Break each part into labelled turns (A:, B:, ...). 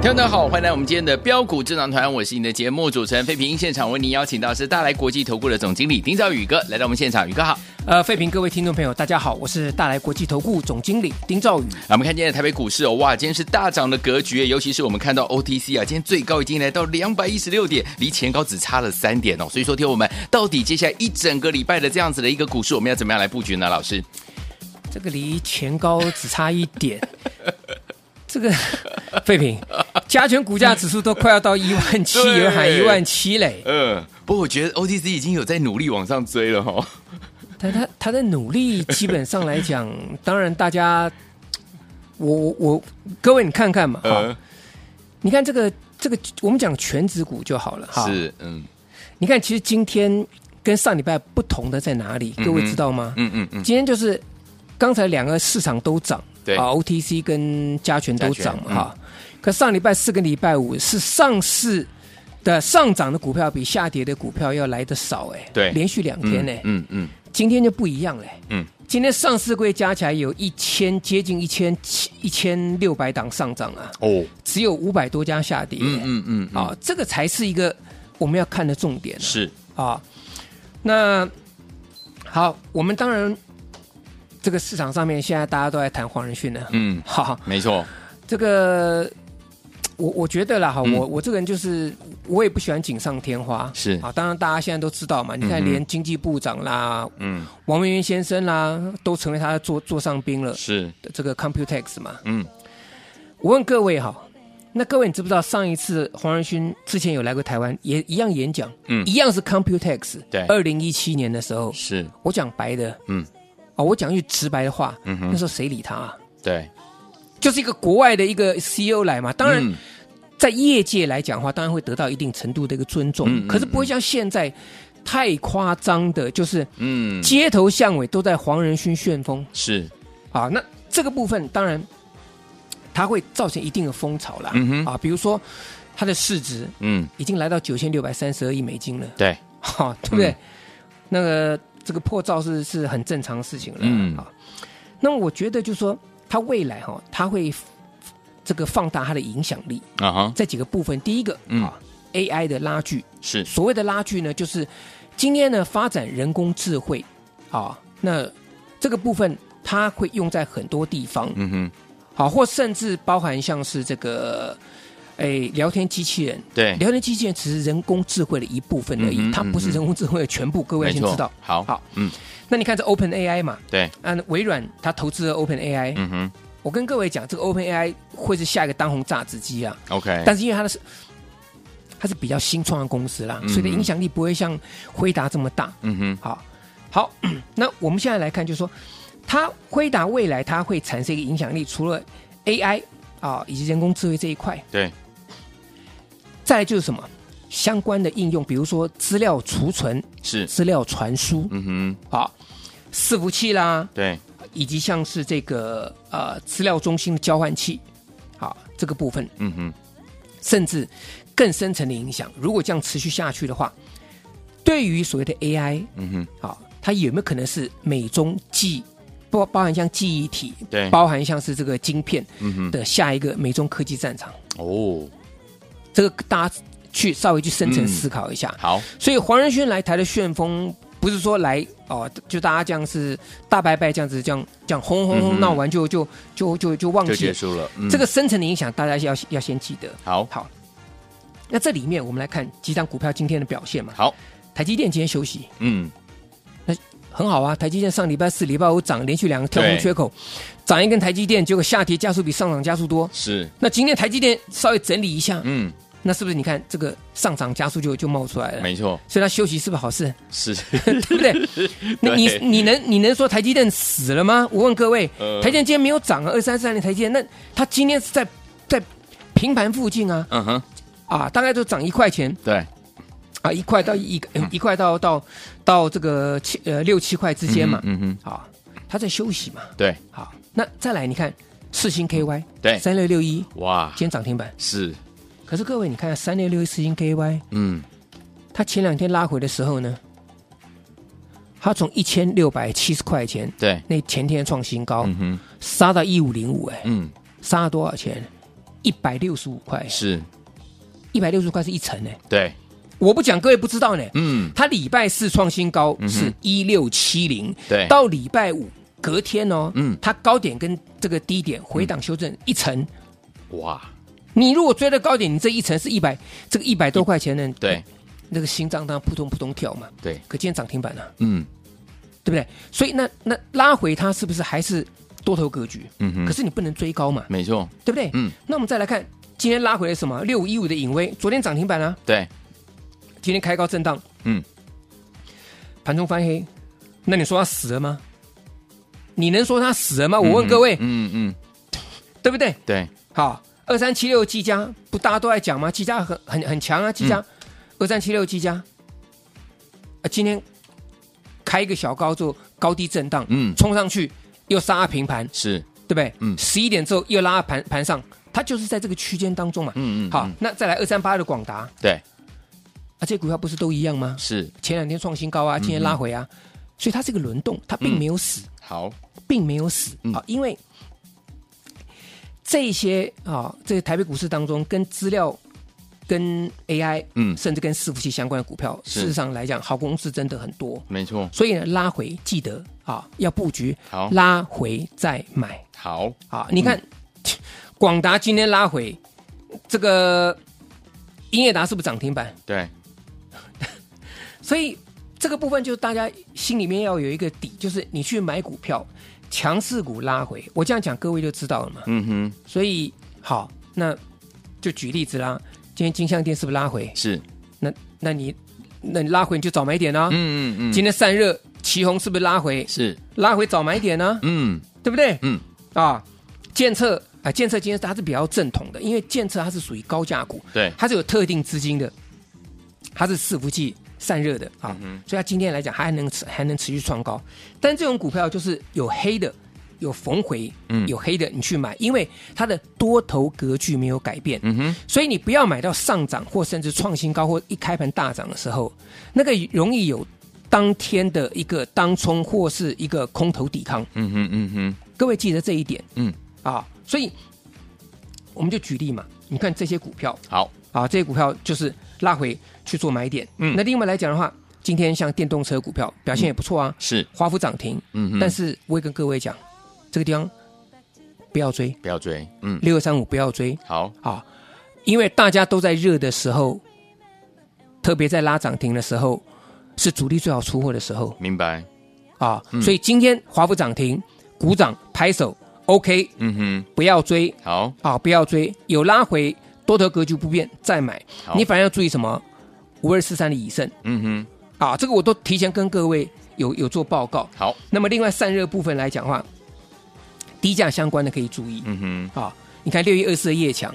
A: 听众大家好，欢迎来我们今天的标股智囊团，我是你的节目主持人费平。现场为您邀请到是大来国际投顾的总经理丁兆宇哥来到我们现场，宇哥好。
B: 呃，废评各位听众朋友，大家好，我是大来国际投顾总经理丁兆宇。
A: 那我们看今天的台北股市哦，哇，今天是大涨的格局，尤其是我们 看到 OTC 啊，今天最高已经来到两百一十六点，离前高只差了三点哦。所以说，听我们到底接下来一整个礼拜的这样子的一个股市，我们要怎么样来布局呢？老 师，
B: 这个离前高只差一 点，这个废品，加权股价指数都快要到一万七，
A: 对
B: 有人喊一万七嘞。
A: 嗯，不过我觉得 OTC 已经有在努力往上追了哦。
B: 但他他的努力基本上来讲，当然大家，我我我，各位你看看嘛，哈、
A: 呃，
B: 你看这个这个，我们讲全指股就好了，哈。
A: 是，嗯
B: 你看，其实今天跟上礼拜不同的在哪里？各位知道吗？
A: 嗯嗯嗯，
B: 今天就是刚才两个市场都涨，
A: 对
B: 啊，OTC 跟加权都涨
A: 加
B: 嘛
A: 权嗯
B: 哈、可上礼拜四跟礼拜五是上市的上涨的股票比下跌的股票要来的少哎、
A: 对
B: 连续两天呢、哎
A: 嗯嗯
B: 今天就不一样嘞、哎
A: 嗯，
B: 今天上市柜加起来有一千，接近一千七、一千六百档上涨啊，
A: 哦，
B: 只有五百多家下跌、哎
A: 嗯嗯嗯，嗯
B: 啊，这个才是一个我们要看的重点、啊。
A: 是，
B: 啊。那好，我们当然这个市场上面现在大家都在谈黄仁勋呢。
A: 嗯，
B: 好，
A: 没错，
B: 这个我我觉得啦，哈，
A: 嗯
B: 我我这个人就是我也不喜欢锦上添花。
A: 是
B: 啊，当然大家现在都知道嘛，你看
A: 嗯哼
B: 连经济部长啦、
A: 嗯，
B: 王文渊先生啦，都成为他的座座上宾了。
A: 是，
B: 这个 Computex 嘛，
A: 嗯，
B: 我问各位哈，那各位你知不知道上一次黄仁勋之前有来过台湾，也一样演讲，
A: 嗯
B: 一样是 Computex，
A: 对
B: 二零一七年的时候，
A: 是，
B: 我讲白的，
A: 嗯，
B: 哦，我讲句直白的话，
A: 嗯
B: 那
A: 哼，
B: 时候谁理他啊？
A: 对，
B: 就是一个国外的一个 CEO 来嘛，当然
A: 嗯
B: 在业界来讲的话，当然会得到一定程度的一个尊重，
A: 嗯嗯
B: 可是不会像现在太夸张的，就是
A: 嗯，
B: 街头巷尾都在黄仁勋旋风
A: 是，
B: 啊。那这个部分当然它会造成一定的风潮啦，
A: 嗯哼
B: 啊，比如说它的市值
A: 嗯，
B: 已经来到九千六百三十二亿美金了，
A: 对，
B: 哈、对不
A: 嗯
B: 对？那个这个破兆是是很正常的事情了，
A: 嗯
B: 好。那么我觉得就是说，它未来哈、它会 f- 这个放大它的影响力，
A: 啊哈，
B: 在几个部分。第一个
A: 嗯
B: 啊、a i 的拉锯，
A: 是，
B: 所谓的拉锯呢，就是今天呢发展人工智慧啊，那这个部分它会用在很多地方，
A: 嗯哼，
B: 好，或甚至包含像是这个。哎，聊天机器人，
A: 对，
B: 聊天机器人只是人工智慧的一部分而已，
A: 哎嗯哼
B: 它不是
A: 嗯哼
B: 人工智慧的全部。各位
A: 没
B: 要先
A: 错
B: 知道。
A: 好，
B: 好，
A: 嗯，
B: 那你看这 Open AI 嘛，
A: 对，
B: 啊，微软它投资了 Open AI，、
A: 嗯哼
B: 我跟各位讲，这个 Open AI 会是下一个当红炸子鸡啊，
A: ，OK，
B: 但是因为它的是它是比较新创的公司啦，
A: 嗯
B: 所以的影响力不会像辉达这么大。
A: 嗯哼，
B: 好，好， 那我们现在来看，就是说它辉达未来它会产生一个影响力，除了 AI 啊以及人工智慧这一块，
A: 对，
B: 再来就是什么相关的应用，比如说资料储存、
A: 是，
B: 资料传输
A: 嗯哼，
B: 啊、伺服器啦，
A: 对，
B: 以及像是这个呃资料中心的交换器，好这个部分，
A: 嗯哼，
B: 甚至更深层的影响。如果这样持续下去的话，对于所谓的 AI，
A: 嗯哼，
B: 好、啊它有没有可能是美中记包包含像记忆体，
A: 对，
B: 包含像是这个晶片
A: 嗯哼，
B: 的下一个美中科技战场？
A: 哦，
B: 这个大家去稍微去深层思考一下。
A: 好，
B: 所以黄仁勋来台的旋风，不是说来哦、就大家这样是大拜拜这样子，这样这样轰轰
A: 嗯哼
B: 轰闹完就、就就就就忘
A: 就
B: 记
A: 结
B: 了
A: 束嗯了，
B: 这个深层的影响，大家要要先记得。
A: 好，
B: 好，那这里面我们来看几档股票今天的表现嘛。
A: 好，
B: 台积电今天休息
A: 嗯，
B: 很好啊，台积电上礼拜四、礼拜五涨，连续两个跳空缺口，涨一根台积电，结果下跌加速比上涨加速多。
A: 是，
B: 那今天台积电稍微整理一下，
A: 嗯，
B: 那是不是你看这个上涨加速就就冒出来了？
A: 没错，
B: 所以它休息是不是好事？
A: 是
B: 对不 对？那你
A: 对
B: 你能你能说台积电死了吗？我问各位，
A: 呃
B: 台积电今天没有涨啊，二三三零台积电，那它今天是在在平盘附近啊
A: 嗯哼，
B: 啊，大概就涨一块钱
A: 对，
B: 啊，一块到一
A: 嗯
B: 呃一块到到到这个七呃六七块之间嘛，
A: 嗯哼，
B: 啊，它在休息嘛，
A: 对
B: 好，那再来你看四星 KY
A: 嗯对，
B: 三六六一
A: 哇
B: 今，天涨停板，
A: 是，
B: 可是各位你看啊三六六一四星 KY
A: 嗯，
B: 它前两天拉回的时候呢，它从一千六百七十块钱。
A: 对，
B: 那前天创新高，
A: 嗯哼，
B: 杀到一五零五，哎，
A: 嗯，
B: 杀了多少钱？一百六十五块，
A: 是，
B: 一百六十五块是一层哎，
A: 对，
B: 我不讲各位不知道呢。
A: 嗯，
B: 它礼拜四创新高
A: 嗯哼
B: 是一六七零，
A: 对
B: 到礼拜五隔天哦，
A: 嗯
B: 嗯，它高点跟这个低点回档修正一层，
A: 哇，
B: 你如果追的高点，你这一层是一百，这个一百多块钱呢，
A: 对，
B: 那个心脏当然扑通扑通跳嘛，
A: 对，
B: 可今天涨停板了、啊
A: 嗯，
B: 对不对？所以那那拉回它是不是还是多头格局？
A: 嗯哼
B: 可是你不能追高嘛，
A: 没错，
B: 对不对？
A: 嗯，
B: 那我们再来看今天拉回了什么？六五一五的影威，昨天涨停板啊，
A: 对，
B: 今天开高震荡，
A: 嗯，
B: 盘中翻黑，那你说它死了吗？你能说它死了吗？我问各位，
A: 嗯嗯，
B: 对不对？
A: 对，
B: 好，二三七六技嘉不大家都在讲吗？技嘉很很很强啊，技
A: 嗯
B: 嘉二三七六技嘉，啊，今天开一个小高做高低震荡，
A: 嗯
B: 冲上去又杀平盘，
A: 是，
B: 对不对？
A: 嗯
B: 十一点之后又拉盘盘上，它就是在这个区间当中嘛，
A: 嗯嗯，
B: 好
A: 嗯，，
B: 那再来二三八的广达，啊，
A: 对，
B: 这些股票不是都一样吗？
A: 是，
B: 前两天创新高啊，今天拉回
A: 嗯
B: 啊，所以它是个轮动，它并没有死，
A: 好，
B: 并没有死
A: 嗯
B: 啊，因为这些啊，这个台北股市当中跟资料、跟 AI，
A: 嗯
B: 甚至跟伺服器相关的股票，
A: 是
B: 事实上来讲，好公司真的很多，
A: 没错，
B: 所以呢，拉回记得啊，要布局
A: 好，嗯
B: 拉回再买
A: 好，
B: 啊。你看，广达今天拉回，这个英业达是不是涨停板？
A: 对，
B: 所以这个部分就是大家心里面要有一个底，就是你去买股票，强势股拉回，我这样讲各位就知道了嘛。
A: 嗯哼，
B: 所以好，那就举例子啦，今天金项店是不是拉回？
A: 是，
B: 那那你那你拉回你就早买点啦、啊
A: 嗯嗯嗯，
B: 今天散热旗红是不是拉回？
A: 是，
B: 拉回早买点啊呢、
A: 嗯
B: 对不对？
A: 嗯，
B: 啊，建策啊，建策今天它是比较正统的，因为建策它是属于高价股，
A: 对，
B: 它是有特定资金的，它是伺服器散热的啊，
A: 嗯
B: 所以它今天来讲还能持还能持续创高。但这种股票就是有黑的，有逢回，
A: 嗯
B: 有黑的你去买，因为它的多头格局没有改变，
A: 嗯哼，
B: 所以你不要买到上涨或甚至创新高或一开盘大涨的时候，那个容易有当天的一个当冲或是一个空头抵抗。
A: 嗯哼嗯哼，
B: 各位记得这一点，
A: 嗯，
B: 啊，所以我们就举例嘛，你看这些股票
A: 好，
B: 啊，这些股票就是拉回去做买点，
A: 嗯
B: 那另外来讲的话，今天像电动车股票表现也不错啊，
A: 是，
B: 华孚涨停，
A: 嗯哼，
B: 但是我也跟各位讲，这个地方不要追，
A: 不要追，嗯，
B: 六三五不要追
A: 好，
B: 啊，因为大家都在热的时候，特别在拉涨停的时候，是主力最好出货的时候，
A: 明白，
B: 啊，
A: 嗯
B: 所以今天华孚涨停，鼓掌拍手，OK，
A: 嗯
B: 不要追
A: 哼，好，
B: 啊，不要追，有拉回多头格局不变再买
A: 好，
B: 你反而要注意什么？五二四三的以盛
A: 嗯
B: 啊，这个我都提前跟各位有有做报告
A: 哼，。好，
B: 那么另外散热部分来讲的话，低价相关的可以注意
A: 嗯哼，
B: 啊。你看六月二四的夜强，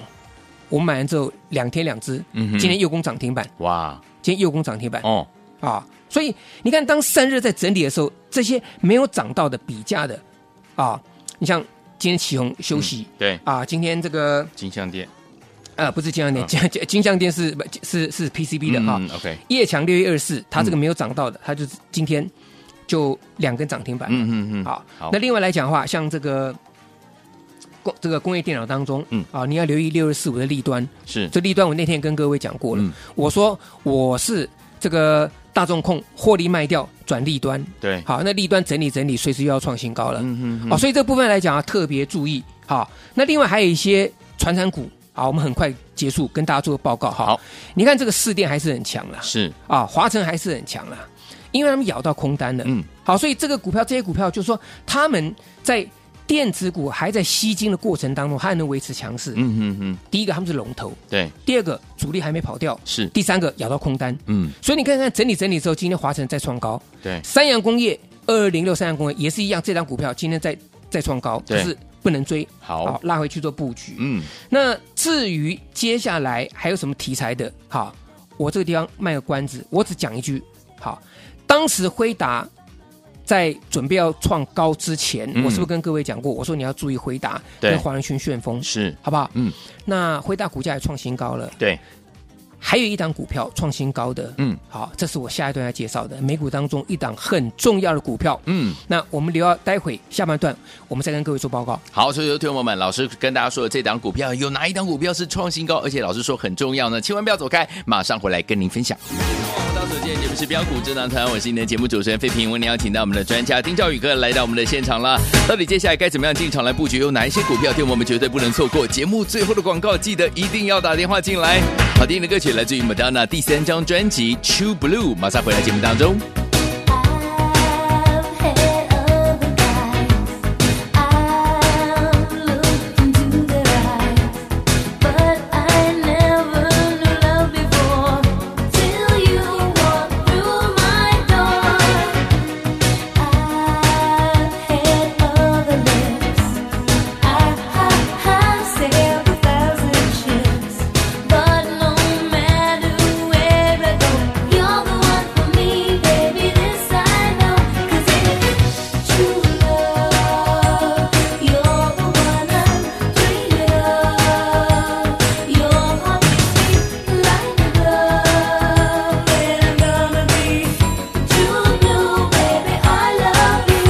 B: 我们买完之后两天两只，
A: 嗯哼，
B: 今天右攻涨停板，
A: 哇，
B: 今天右攻涨停板
A: 哦，
B: 啊。所以你看，当散热在整理的时候，这些没有涨到的比价的啊，你像今天启宏休息、
A: 对，
B: 啊，今天这个
A: 金项店
B: 呃不是金像电，
A: 嗯
B: 金金金像电是不是是 PCB 的啊。
A: 嗯，OK，嗯
B: 叶强六月二四，它这个没有涨到的，它就是今天就两根涨停板。
A: 嗯嗯嗯，
B: 好
A: 好，
B: 那另外来讲的话，像这个工这个工业电脑当中，
A: 嗯
B: 嗯啊，你要留意六二四五的立端，
A: 是，
B: 这立端我那天跟各位讲过了，
A: 嗯
B: 我说我是这个大众控获利卖掉转立端，
A: 对，
B: 好，那立端整理整理，随时又要创新高了。
A: 嗯哼，
B: 哦，所以这部分来讲啊，特别注意好，那另外还有一些传产股啊，我们很快结束跟大家做个报告哈。
A: 好
B: 你看这个市电还是很强啦，
A: 是，
B: 啊，华晨还是很强啦，因为他们咬到空单了。
A: 嗯，
B: 好，所以这个股票这些股票就是说他们在电子股还在吸金的过程当中，它还能维持强势。
A: 嗯嗯嗯，
B: 第一个他们是龙头，
A: 对，
B: 第二个主力还没跑掉，
A: 是，
B: 第三个咬到空单。
A: 嗯，
B: 所以你看看整理整理之后，今天华晨再创高，
A: 对，
B: 三洋工业二二零六三洋工业也是一样，这张股票今天再再创高，
A: 对
B: 就是不能追，
A: 好，
B: 拉回去做布局。
A: 嗯，
B: 那至于接下来还有什么题材的，好，我这个地方卖个关子，我只讲一句，好，当时辉达在准备要创高之前，
A: 嗯
B: 我是不是跟各位讲过，我说你要注意辉达
A: 对
B: 跟华人圈旋风，
A: 是，
B: 好不好？
A: 嗯，
B: 那辉达股价也创新高了，
A: 对，
B: 还有一档股票创新高的，
A: 嗯
B: 好，这是我下一段要介绍的美股当中一档很重要的股票。
A: 嗯，
B: 那我们留到待会下半段，我们再跟各位做报告。
A: 好，所以有听友们，老师跟大家说的这档股票，有哪一档股票是创新高，而且老师说很重要呢？千万不要走开，马上回来跟您分享。到所见节目是标股智囊团，我是您的节目主持人费平，为您邀请到我们的专家丁兆宇哥来到我们的现场了。到底接下来该怎么样进场来布局？有哪一些股票，听我们绝对不能错过？节目最后的广告，记得一定要打电话进来。好听的歌曲来自于 Madonna 第三张专辑《True Blue》，马上回来节目当中。
C: I've had other guys. I've looked into their eyes, but I never knew love before till you walked through my door. I've had other lips. I've sailed a thousand ships, but no matter where I go, you're the one for me, baby. This I know, 'cause it's true love. You're the one I'm dreaming of. Your heart beats sweet like a glove, and I'm gonna be true blue, baby. I love you.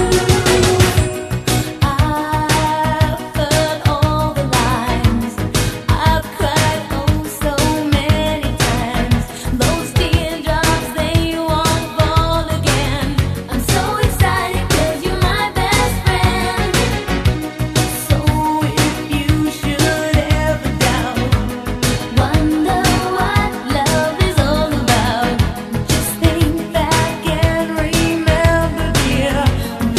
C: I've heard all the lines. I've cried oh so many times. Those teardrops they won't fall again. I'm so excited 'cause you're my best friend. So if you should ever doubt, wonder what love is all about, just think back and remember, dear,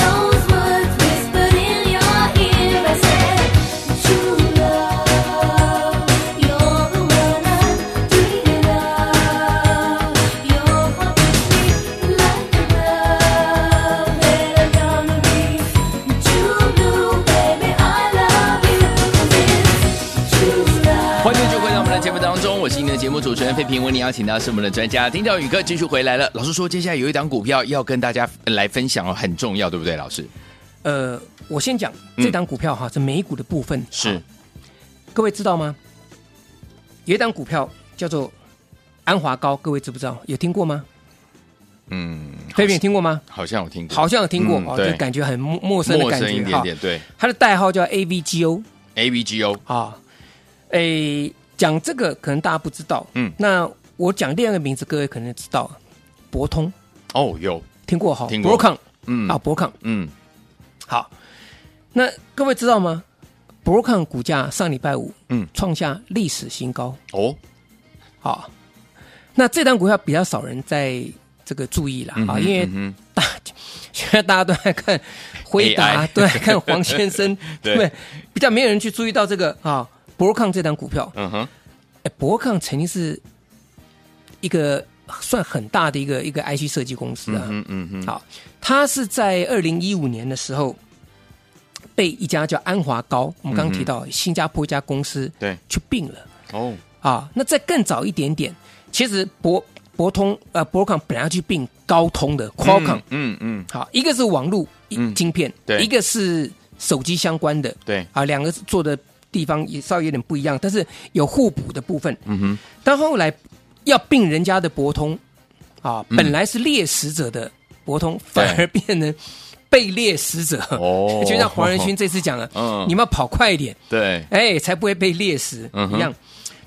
C: those words whispered in your ear. I said, true love, you're the one I'm dreaming of. Your heart beats sweet like a glove, and I'm gonna be true blue, baby. I love you. It's true love.
A: 欢迎继续回到我们的节目当中，我是你的节目主持人费平。为您邀请到是我们的专家丁兆宇哥继续回来了。老师说，接下来有一档股票要跟大家呃来分享哦，很重要，对不对？老师
B: 呃，我先讲
A: 嗯
B: 这档股票哈，是美股的部分。好，各位知道吗？有一档股票叫做安华高，各位知不知道？有听过吗？
A: 嗯，
B: 菲比，你听过吗？
A: 好像我听过，
B: 好像有听过
A: 嗯
B: 哦，
A: 对
B: 就感觉很陌陌生的
A: 陌
B: 感
A: 生
B: 觉
A: 一点
B: 哈
A: 点，对
B: 它的代号叫 AVGO
A: ，A V G O，
B: 啊。诶，讲这个可能大家不知道，
A: 嗯
B: 那我讲另一个名字，各位可能知道，博通
A: 哦，有，
B: 听过哈？
A: 听过
B: 博康
A: 嗯
B: 啊，，博康
A: 嗯，
B: 好。那各位知道吗？博康股价上礼拜五
A: 嗯
B: 创下历史新高，
A: 哦，
B: 好，那这档股票比较少人在这个注意了
A: 嗯
B: 啊，
A: 哼
B: 因为
A: 嗯哼
B: 大 现在大家都在看辉达，
A: AI
B: 都在看黄先生，
A: 对
B: 对不对？比较没有人去注意到这个啊，博康这档股票，
A: 嗯哼，
B: 哎，博康曾经是一个算很大的一个一个 IC 设计公司啊，
A: 嗯嗯嗯，
B: 好，它是在二零一五年的时候被一家叫安华高，我们刚刚提到新加坡一家公司
A: 嗯对，
B: 去并了。
A: 哦，
B: 啊，那再更早一点点，其实博博通呃博康本来要去并高通的 Qualcomm，、
A: 嗯嗯，
B: 好，一个是网络
A: 嗯
B: 一晶片，
A: 对
B: 一个是手机相关的，
A: 对，
B: 啊，两个做的地方也稍微有点不一样，但是有互补的部分。
A: 嗯哼，
B: 但后来要并人家的博通，啊，
A: 嗯
B: 本来是猎食者的博通，反
A: 对
B: 而变成被猎食者，
A: 哦
B: 就像黄仁勋这次讲了，
A: 嗯
B: 你们要跑快一点，
A: 对，
B: 哎，才不会被猎食
A: 嗯哼
B: 一样。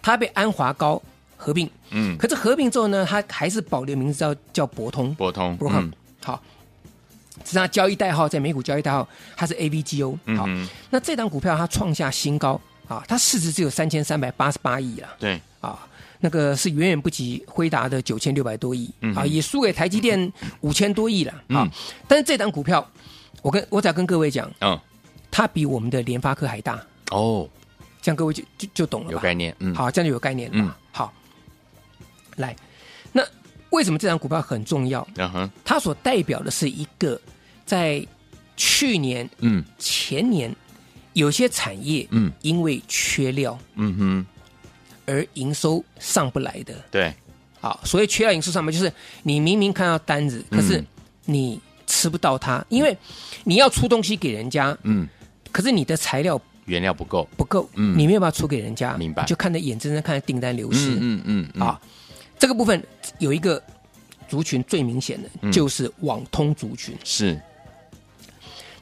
B: 它被安华高合并，
A: 嗯，
B: 可是合并之后呢，它还是保留名字叫叫博通，
A: 博通，
B: 博康
A: 嗯，
B: 好，只是它交易代号在美股交易代号它是 AVGO，好
A: 嗯哼，
B: 那这档股票它创下新高啊，它市值只有三千三百八十八亿啦，
A: 对，
B: 啊，那个是远远不及辉达的九千六百多亿
A: 嗯
B: 啊，
A: 哼
B: 也输给台积电五千多亿了啊
A: 嗯。
B: 但是这档股票，我跟我只要跟各位讲，
A: 嗯，
B: 它比我们的联发科还大，
A: 哦，
B: 这样各位就就就懂了吧？
A: 有概念，嗯，，
B: 好，这样就有概念了吧。好，来，那为什么这张股票很重要？
A: 嗯哼，
B: 它所代表的是一个在去年、
A: 嗯
B: 前年有些产业，
A: 嗯，
B: 因为缺料
A: 嗯哼，
B: 而营收上不来的。
A: 对，
B: 好，所以缺料营收上面就是你明明看到单子，可是
A: 嗯
B: 你吃不到它，因为你要出东西给人家，
A: 嗯，
B: 可是你的材料
A: 原料不够，
B: 不够，
A: 嗯
B: 你没有办法出给人家，
A: 明白
B: 你就看得眼睁睁看着订单流失，
A: 嗯嗯嗯，
B: 啊，这个部分有一个族群最明显
A: 嗯
B: 的就是网通族群。
A: 是，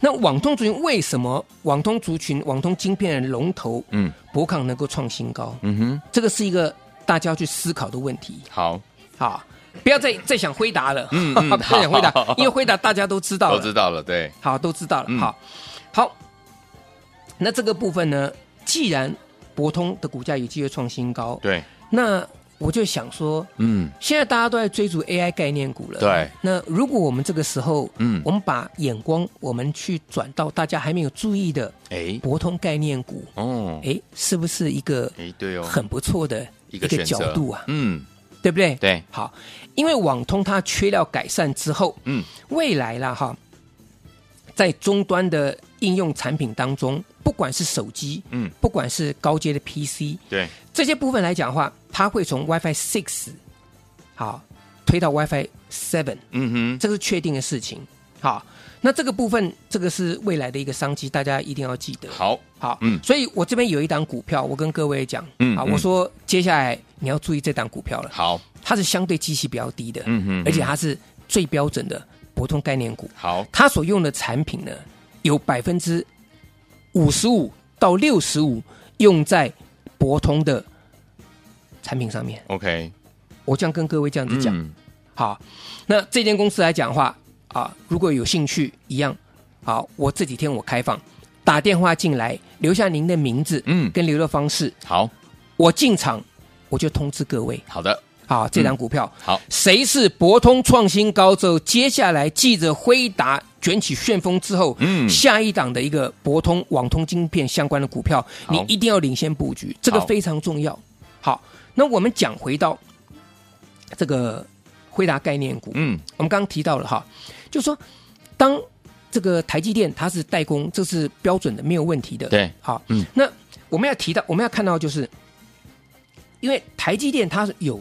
B: 那网通族群为什么网通族群、网通晶片的龙头
A: 嗯
B: 博康能够创新高？
A: 嗯哼，
B: 这个是一个大家要去思考的问题
A: 好，
B: 啊！不要再再想回答了，
A: 嗯嗯
B: 不要想回答
A: 好，
B: 因为回答大家都知道
A: 都
B: 了，
A: 知道了，对，
B: 好，都知道了。
A: 嗯
B: 好，好，那这个部分呢，既然博通的股价有机会创新高，
A: 对，
B: 那我就想说，
A: 嗯，
B: 现在大家都在追逐 AI 概念股了。
A: 对。
B: 那如果我们这个时候，
A: 嗯
B: 嗯，我们把眼光我们去转到大家还没有注意的
A: 哎，
B: 博通概念股，
A: 哦，
B: 哎，是不是一个
A: 哎，对哦，
B: 很不错的
A: 一
B: 一
A: 个
B: 个
A: 选择
B: 角度啊？
A: 嗯，
B: 对不对？
A: 对，
B: 好，因为网通它缺料改善之后，
A: 嗯，
B: 未来啦哈，在终端的应用产品当中，不管是手机，
A: 嗯，
B: 不管是高阶的 PC，
A: 对，
B: 这些部分来讲的话，它会从 WiFi Six 好推到 WiFi Seven，
A: 嗯哼，
B: 这个是确定的事情。好，那这个部分这个是未来的一个商机，大家一定要记得。
A: 好，
B: 好，
A: 嗯
B: 所以我这边有一档股票，我跟各位讲，
A: 嗯
B: 啊，
A: 嗯
B: 我说接下来你要注意这档股票了，
A: 好，
B: 它是相对基期比较低的，
A: 嗯哼
B: 而且它是最标准的博通概念股，
A: 好，
B: 它所用的产品呢，有百分之五十五到六十五用在博通的产品上面。
A: ，OK，
B: 我这样跟各位这样子讲，
A: 嗯
B: 好，那这间公司来讲的话啊，如果有兴趣，一样，好，我这几天我开放，打电话进来，留下您的名字，
A: 嗯
B: 跟联络方式，
A: 好，
B: 我进场我就通知各位，
A: 好的，
B: 好，这档股票。
A: 嗯好，
B: 谁是博通创新高之后，接下来记着辉达卷起旋风之后，
A: 嗯
B: 下一档的一个博通网通晶片相关的股票，
A: 好
B: 你一定要领先布局，这个
A: 好
B: 非常重要。好，那我们讲回到这个辉达概念股，
A: 嗯，
B: 我们刚刚提到了哈，就说当这个台积电它是代工，这是标准的，没有问题的。
A: 对
B: 好，
A: 嗯
B: 嗯，那我们要提到，我们要看到就是，因为台积电它是有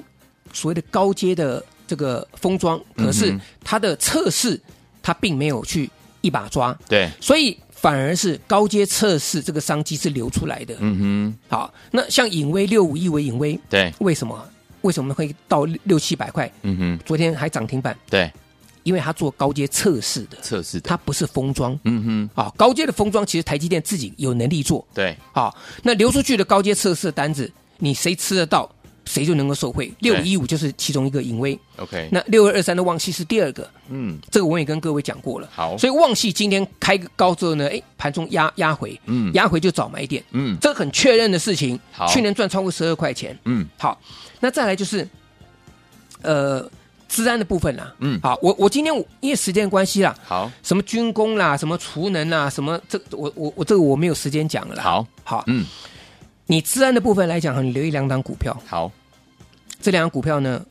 B: 所谓的高阶的这个封装，可是
A: 嗯哼
B: 它的测试它并没有去一把抓，
A: 对，
B: 所以反而是高阶测试这个商机是流出来的。
A: 嗯哼，
B: 好，那像影威六五一为影威，
A: 对，
B: 为什么为什么会到六六七百块？
A: 嗯哼，
B: 昨天还涨停板。
A: 对，
B: 因为它做高阶测试的，
A: 测试的，
B: 它不是封装
A: 嗯哼，
B: 啊。高阶的封装其实台积电自己有能力做
A: 对，
B: 啊。那流出去的高阶测试的单子，你谁吃得到，谁就能够受惠。六
A: 对
B: 一五就是其中一个隐微，
A: ，OK，
B: 那六二二三的旺系是第二个，
A: 嗯，
B: 这个我也跟各位讲过了。
A: 好，
B: 所以旺系今天开个高之后呢，哎，盘中压压回，
A: 嗯
B: 压回就早买点，
A: 嗯
B: 这很确认的事情
A: 好。
B: 去年赚超过十二块钱，
A: 嗯，
B: 好，那再来就是，呃，治安的部分啦。
A: 嗯
B: 好，我我今天我因为时间关系啦，
A: 好，
B: 什么军工啦，什么厨能啦，什么这我我我这个我没有时间讲了啦。，
A: 好，
B: 好，
A: 嗯，
B: 你治安的部分来讲，你留意两档股票，
A: 好，
B: 这两档股票呢，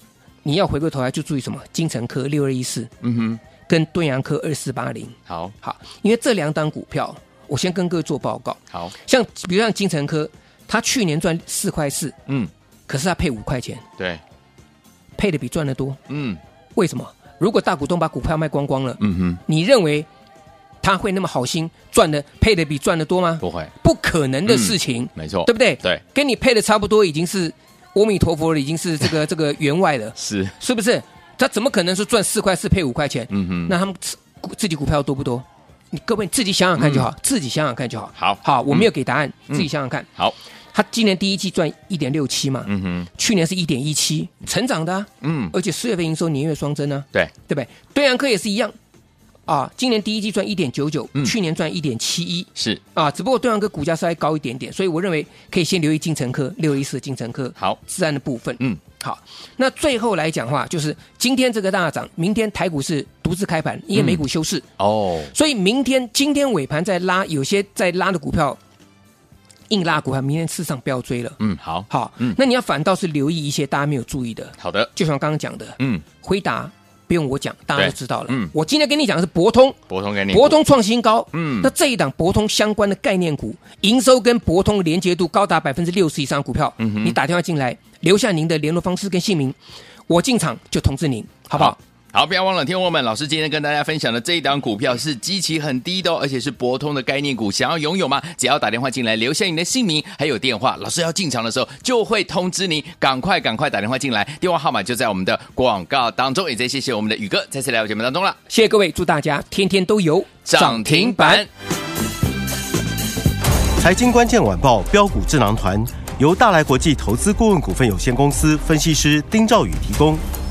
B: 你要回过头来就注意什么？金城科六二一四
A: 嗯哼，
B: 跟敦洋科二四八零。
A: 好，
B: 好，因为这两档股票，我先跟各位做报告。
A: 好，
B: 像比如像金城科，它去年赚四块四，
A: 嗯，
B: 可是它配五块钱，
A: 对，
B: 配的比赚的多。
A: 嗯，
B: 为什么？如果大股东把股票卖光光了，
A: 嗯哼，
B: 你认为他会那么好心赚的配的比赚的多吗？
A: 不会，
B: 不可能
A: 嗯
B: 的事情，
A: 没错，
B: 对不对？
A: 对，
B: 跟你配的差不多，已经是阿弥陀佛了，已经是这个这个员外了，
A: 是，
B: 是不是？他怎么可能是赚四块四配五块钱？
A: 嗯哼，
B: 那他们自自己股票多不多？你各位自己想想看就好，自己想想看就好。
A: 嗯好
B: 好，我没有
A: 嗯
B: 给答案，自己想想看。
A: 好，
B: 他今年第一季赚一点六七嘛，
A: 嗯哼，
B: 去年是一点一七，成长的、啊，
A: 嗯，
B: 而且四月份营收年月双增呢、啊。
A: 对，
B: 对不对？对岸科也是一样，啊，今年第一季赚一点九九
A: 嗯，
B: 去年赚一点七一
A: 是
B: 啊，只不过对岸哥股价稍微高一点点，所以我认为可以先留意金城科六一四金城科
A: 好
B: 自然的部分。
A: 嗯，
B: 好，那最后来讲话，就是今天这个大涨，明天台股是独自开盘，因为美股休市，
A: 哦，
B: 所以明天今天尾盘再拉，有些在拉的股票硬拉股票，明天市场不要追了。
A: 嗯，好，
B: 好，
A: 嗯
B: 那你要反倒是留意一些大家没有注意的，
A: 好的，
B: 就像刚刚讲的，
A: 嗯，
B: 回答不用我讲，大家
A: 对
B: 都知道了。
A: 嗯
B: 我今天跟你讲的是博通，
A: 博通概念股，
B: 博通创新高，
A: 嗯
B: 那这一档博通相关的概念股，营收跟博通连接度高达百分之六十以上的股票，
A: 嗯哼
B: 你打电话进来，留下您的联络方式跟姓名，我进场就通知您，好不好？？
A: 好，不要忘了，听众朋友们，老师今天跟大家分享的这一档股票是基期很低的、哦，而且是博通的概念股，想要拥有吗？只要打电话进来，留下你的姓名还有电话，老师要进场的时候就会通知你，赶快赶快打电话进来，电话号码就在我们的广告当中。也再谢谢我们的宇哥再次来到节目当中了，
B: 谢谢各位，祝大家天天都有
A: 涨停板。
D: 财经关键晚报标股智囊团由大来国际投资顾问股份有限公司分析师丁兆宇提供。